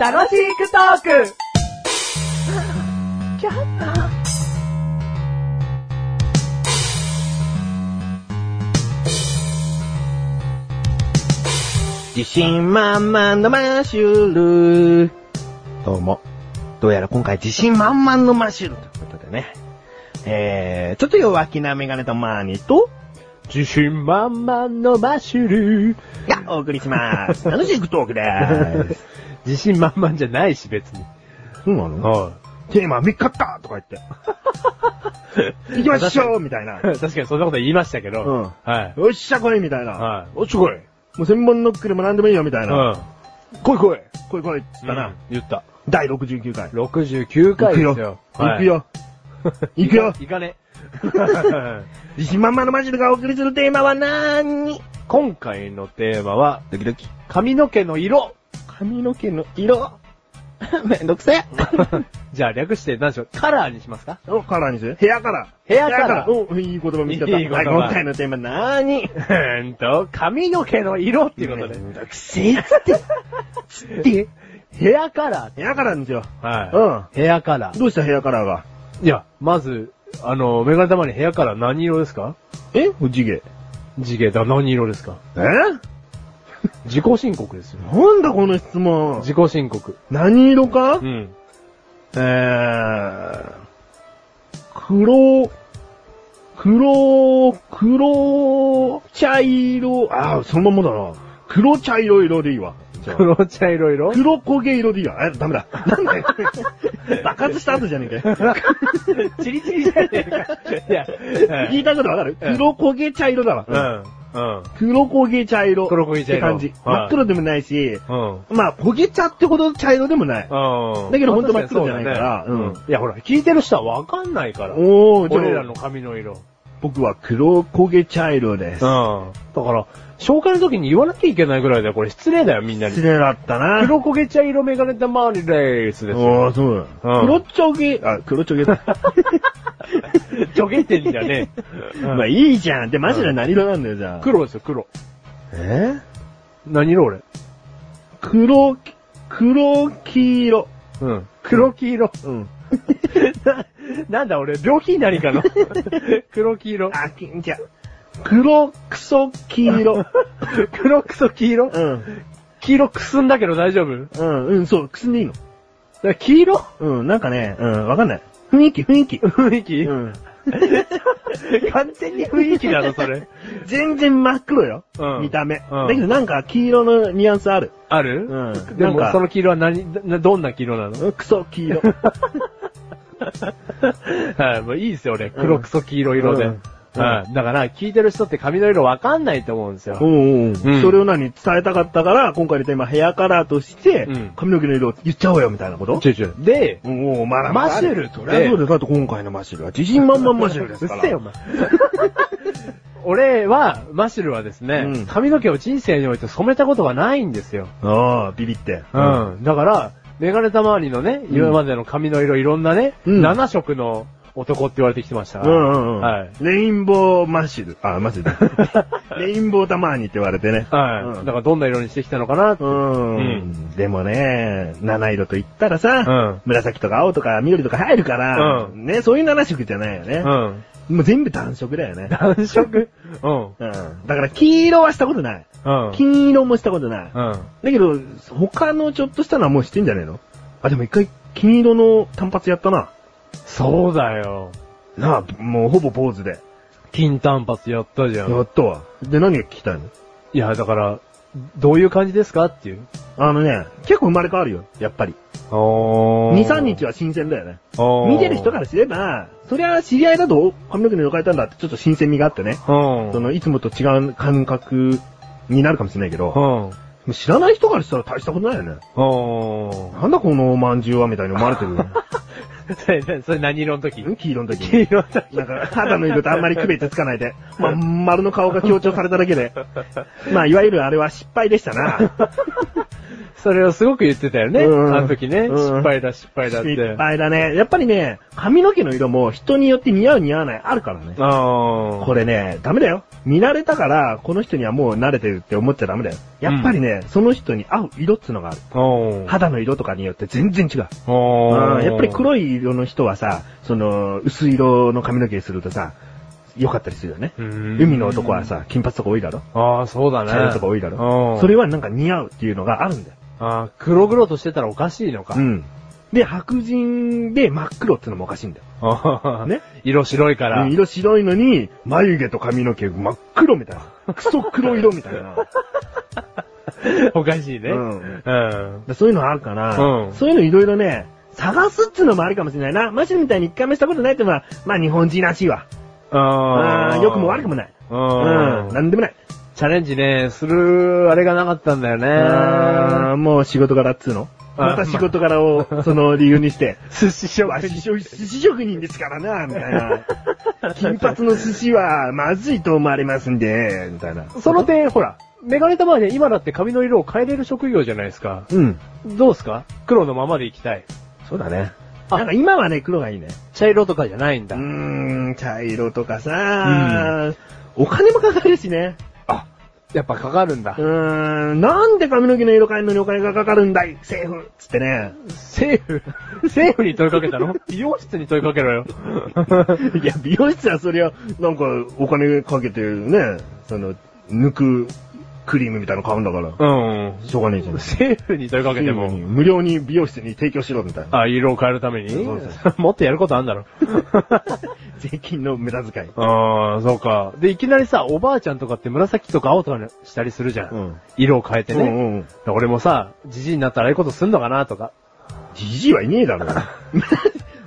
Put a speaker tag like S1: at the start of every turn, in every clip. S1: 楽しくトーク
S2: 自信満々のマッシュル。どうも。どうやら今回自信満々のマッシュルということでね。えー、ちょっと弱気なメガネとマーニーと、
S3: 自信満々のマッシュルー。
S2: がお送りし ます。楽しくトークでーす。
S3: 自信満々じゃないし、別に。
S2: そうなの
S3: は
S2: テーマ見っかったと か言って。行きましょうみたいな。
S3: い。 確かにそんなこと言いましたけど。
S2: うん
S3: はい。
S2: よっしゃ来いみたいな。
S3: はい
S2: おっしゃ来い。もう専門ノックでも何でもいいよみたいな。来い来い来い来いっつったな。
S3: うん言った。
S2: 第69回。
S3: 69
S2: 行
S3: 回
S2: く
S3: です
S2: よ
S3: よ。。
S2: 行くよ。行くよ
S3: 行かね。
S2: 自信満々のマッシュルがお送りするテーマはなーに
S3: 今回のテーマは、
S2: ドキドキ。
S3: 髪の毛の色。
S2: 髪の毛の色。 めんどくせえ。
S3: じゃあ略して何でしょう。カラーにし ますか
S2: お、カラーにするヘアカラー。
S3: ヘアカラー
S2: お、いい言葉見つけた。
S3: いい言葉
S2: はい今回のテーマなーに
S3: うーんと、髪の毛の色っていうこと
S2: め
S3: で。
S2: んどくせえっつって。つって。
S3: ヘアカラ
S2: ヘアカラーにしよ
S3: ー。はい
S2: うん
S3: ヘアカラ
S2: う。
S3: ー。
S2: どうしたヘアカラーが
S3: いや、まず、あの、メガネ玉にヘアカラー何色ですか
S2: えお地毛。
S3: 地毛だ、何色ですか
S2: えな
S3: 自己申告ですよ。
S2: んだこの質問。
S3: 自己申告。
S2: 何色か
S3: ん。
S2: えー、黒、黒、黒、茶色、あー、そのまんまだな。黒茶色色でいいわ。じゃあ
S3: 黒茶色色
S2: 黒焦げ色でいいわ。え、ダメだ。な んだよ。爆発した後じゃねえかよ。
S3: チリチリじゃねえか。い や、
S2: 聞いたことわかる
S3: うん
S2: 黒焦げ茶色だわ。
S3: うん。
S2: 黒焦げ茶色。
S3: 黒焦げ茶色
S2: って感じ。
S3: はい
S2: 真っ黒でもないし、
S3: うん。うん。
S2: まあ、焦げ茶ってほど茶色でもない。
S3: うん。
S2: だけど本当真っ黒じゃないから
S3: そうだね
S2: う
S3: いや、ほら、聞いてる人はわかんないから。
S2: おー、じゃあ
S3: 俺らの髪の色。うん。
S2: 僕は黒焦げ茶色です。
S3: だから、紹介の時に言わなきゃいけないぐらいだよ。これ失礼だよ、みんなに
S2: 失。礼だったな。
S3: 黒焦げ茶色メガネ玉リレースですよ。
S2: ああ、そうだ。
S3: うん
S2: 黒ちょげ、あ、黒ちょげだ。
S3: ちょげてんじゃね え。
S2: まあいいじゃん。で、マジで何色なんだよ、じゃあ。
S3: 黒ですよ、黒。
S2: え
S3: 何色俺。
S2: 黒、黒黄色。
S3: うん。黒黄 色。
S2: うん。
S3: な、なんだ俺、病気になりか な黒黄色。
S2: あ、き、じゃあ黒クソ黄色。
S3: 黒くそ黄色
S2: うん。
S3: 黄色くすんだけど大丈夫だか
S2: うん、うん、そう、くすんでいいの。
S3: ら黄色
S2: うん、なんかね、うん、わかんない。雰囲気、雰囲気。
S3: 雰囲気、
S2: うん。
S3: 完全に雰囲気だろ、そ れ。
S2: 全然真っ黒よ。
S3: うん
S2: 見た目。
S3: うん
S2: だけどなんか黄色のニュアンスある。
S3: ある
S2: うん
S3: で
S2: なんか
S3: も、その黄色は何、などんな黄色な の
S2: うんクソ黄色。
S3: はい、もういいですよ、俺。黒くそ黄色色で。
S2: うん
S3: はい。だから、聞いてる人って髪の色わかんないと思うんですよ。
S2: うんう
S3: う
S2: ん
S3: ん
S2: それを何伝えたかったから、今回のテーマヘアカラーとして
S3: うん、
S2: 髪の毛の色を言っちゃおうよみたいなこと
S3: ちょいちょいで、
S2: おおまだ
S3: マシュルって
S2: そりゃそうです。だって今回のマシュルは自信満々マシュルですか
S3: うっ
S2: ら。
S3: せえよ、お前。 俺は、マシュルはですね、
S2: うん
S3: 髪の毛を人生において染めたことがないんですよ。
S2: ああ、ビビって。
S3: うん。だから、メガネた周りのね、
S2: ん
S3: 今までの髪の色いろんなね、
S2: うん
S3: 7色の男って言われてきてました
S2: う
S3: か
S2: ん
S3: ら。
S2: うんうん。
S3: はい。
S2: レインボーマシュル。あ、マシュル。 レインボーたまーにって言われてね。
S3: はい。
S2: うん
S3: だからどんな色にしてきたのかな、
S2: うん。
S3: うん
S2: でもね、七色と言ったらさ、
S3: うん
S2: 紫とか青とか緑とか入るから、
S3: うん
S2: ね、そういう七色じゃないよね。
S3: うん。
S2: もう全部単色だよね。
S3: 暖色うん。
S2: うん。だから黄色はしたことない。
S3: うん。
S2: 金色もしたことない。だ
S3: うん。
S2: けど、他のちょっとしたのはもうしてんじゃねえのあ、でも一回金色の単発やったな。
S3: そうだよ。
S2: なあ、もうほぼ坊主で。
S3: 金単発やったじゃ
S2: や
S3: ん。
S2: ったわ。で、何が聞きたいの
S3: いや、だから、どういう感じですかっていう。
S2: あのね、結構生まれ変わるよ、やっぱり。
S3: お
S2: 2、3日
S3: は、
S2: は新鮮だよね。
S3: おー
S2: 見てる人からすれば、そりゃ知り合いだと髪の毛の色変えたんだってちょっと新鮮味があって
S3: う
S2: ね。
S3: ん。
S2: その、いつもと違う感覚になるかもしれないけど、
S3: うん。
S2: 知らない人からしたら大したことないよね。
S3: うん。
S2: なんだこのおまんじゅうはみたいに思われ てるの
S3: それ、 それ何色の時
S2: ん黄色の時
S3: 黄
S2: に。
S3: 色の時。
S2: なんか、肌の色とあんまり区別つかないで、まあ、丸の顔が強調されただけで、まあ、いわゆるあれは失敗でしたな。
S3: それをすごく言ってたよね。
S2: うん
S3: あの時ね。
S2: うん
S3: 失敗だ、失敗だって。
S2: 失敗だね。やっぱりね、髪の毛の色も人によって似合う似合わないあるからね。
S3: ああ。
S2: これね、ダメだよ。見慣れたから、この人にはもう慣れてるって思っちゃダメだよ。やっぱりね、その人に合う色っつうのがある。
S3: おー。
S2: 肌の色とかによって全然違う。
S3: お
S2: う
S3: ー。
S2: んやっぱり黒い色の人はさ、その、薄い色の髪の毛にするとさ、良かったりするよね。
S3: うん。
S2: 海の男はさ、金髪とか多いだろ
S3: ああ、そうだね。
S2: 茶色とか多いだ
S3: う
S2: ろ
S3: ん
S2: それはなんか似合うっていうのがあるんだよ。
S3: ああ、黒々としてたらおかしいのか。
S2: うん。で、白人で真っ黒ってのもおかしいんだよ。
S3: あー
S2: ね。
S3: 色白いから。
S2: うん色白いのに、眉毛と髪の毛真っ黒みたい な。クソ黒色みたいな。
S3: おかしいね。
S2: うん
S3: うん。
S2: そういうのあるから、
S3: うん
S2: そういうのいろいろね、探すっつうのもあるかもしれないな。マシュみたいに一回もしたことないってのは、まあ日本人らしいわ。
S3: あ
S2: あ
S3: あ。
S2: 良くも悪くも
S3: ない。
S2: ない。
S3: う
S2: うん、なんでもない。
S3: チャレンジね、する、あれがなかったんだよね。
S2: あーもう仕事柄っつうの
S3: あ
S2: また仕事柄を、その理由にして。
S3: 寿司
S2: 今
S3: 職
S2: 日 は寿司寿司職人ですからな、みたいな。金髪の寿司はまずいと思われますんで、みたいな。
S3: その点、ほら、メガネたまに今だって髪の色を変えれる職業じゃないですか。
S2: うん。
S3: どうすか黒のままで行きたい。
S2: そうだね。
S3: あ
S2: なんか今はね、黒がいいね。
S3: 茶色とかじゃないん
S2: う
S3: だ。
S2: ーん、茶色とかさ、お金もかかるしね。
S3: あ、やっぱかかるんだ
S2: う。ーん、なんで髪の毛の色変えるのにお金がかかるんだい政府つってね。
S3: 政府、政府に問いかけた の美容室に問いかけろよ。
S2: いや、美容室はそりゃ、なんかお金かけてね、その、抜くクリームみたいなの買うんだから。
S3: うん。
S2: しょうがねえじゃん。
S3: 政府に問いかけても、
S2: 無料に美容室に提供しろみたいな。
S3: あ、色を変えるために
S2: そう そ
S3: もっとやることあんだろ。
S2: 税金の無駄遣い。
S3: ああ、そうか。で、いきなりさ、おばあちゃんとかって紫とか青とかにしたりするじゃん。
S2: うん
S3: 色を変えてね。
S2: うんうん
S3: 俺もさ、じじいになったらああいうことすんのかなとか。
S2: じじいはいねえだろ。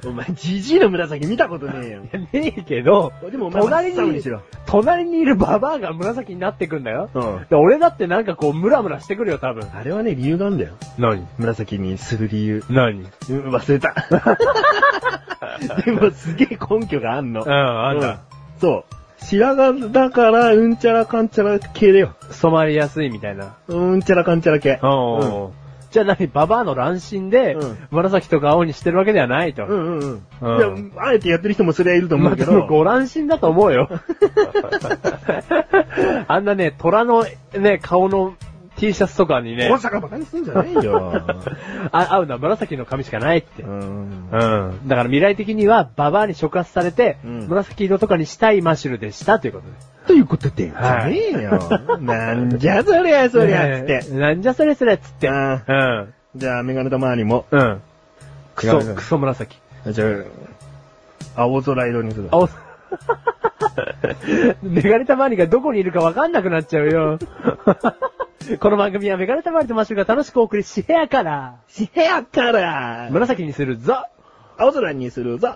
S2: お前、じじいの紫見たことねえよ。
S3: いやねえけど、
S2: でもお前
S3: 隣
S2: 真っ青に
S3: に
S2: しろ、
S3: 隣にいるババアが紫になってくんだよ。
S2: うん
S3: で俺だってなんかこう、ムラムラしてくるよ、多分。
S2: あれはね、理由があんだよ。
S3: 何
S2: 紫にする理由。
S3: 何うん、
S2: うん、忘れた。 でもすげえ根拠があんの。
S3: あんた、
S2: うんそう。白髪だから、うんちゃらかんちゃら系だよ。
S3: 染まりやすいみたいな。
S2: うんちゃらかんちゃら系。うん
S3: うんじゃあ何ババアの乱心で、
S2: うん
S3: 紫とか青にしてるわけではないと。
S2: うんうん
S3: うん
S2: うん。いや、あえてやってる人もそれはいると思
S3: まあ
S2: うけ
S3: で
S2: ど。
S3: もご乱心だと思う よ。あんなね、虎のね、顔の T シャツとかにね
S2: 大、阪バカにすんじゃないよ。
S3: あ合うのは紫の髪しかないって。うん。
S2: ん。
S3: だから未来的には、ババアに触発されて、
S2: うん
S3: 紫色とかにしたいマシュルでしたということで。
S2: ということで、じゃ
S3: はい
S2: ねえよ。なんじゃそりゃそりゃ、つっ
S3: ね
S2: て。
S3: えなんじゃそれそれっつって。
S2: あ
S3: う
S2: ー
S3: ん。
S2: じゃあ、メガネとマーニも。
S3: うん。ク
S2: 違う違
S3: ソ、
S2: う
S3: クソ紫。
S2: じゃあ、青空色にする。
S3: 青、 メガネたまりがどこにいるかわかんなくなっちゃう よ。この番組はメガネたまりとマッシュルが楽しくお送りし、部屋から、
S2: 部屋から、
S3: 紫にするぞ
S2: 青空にするぞ。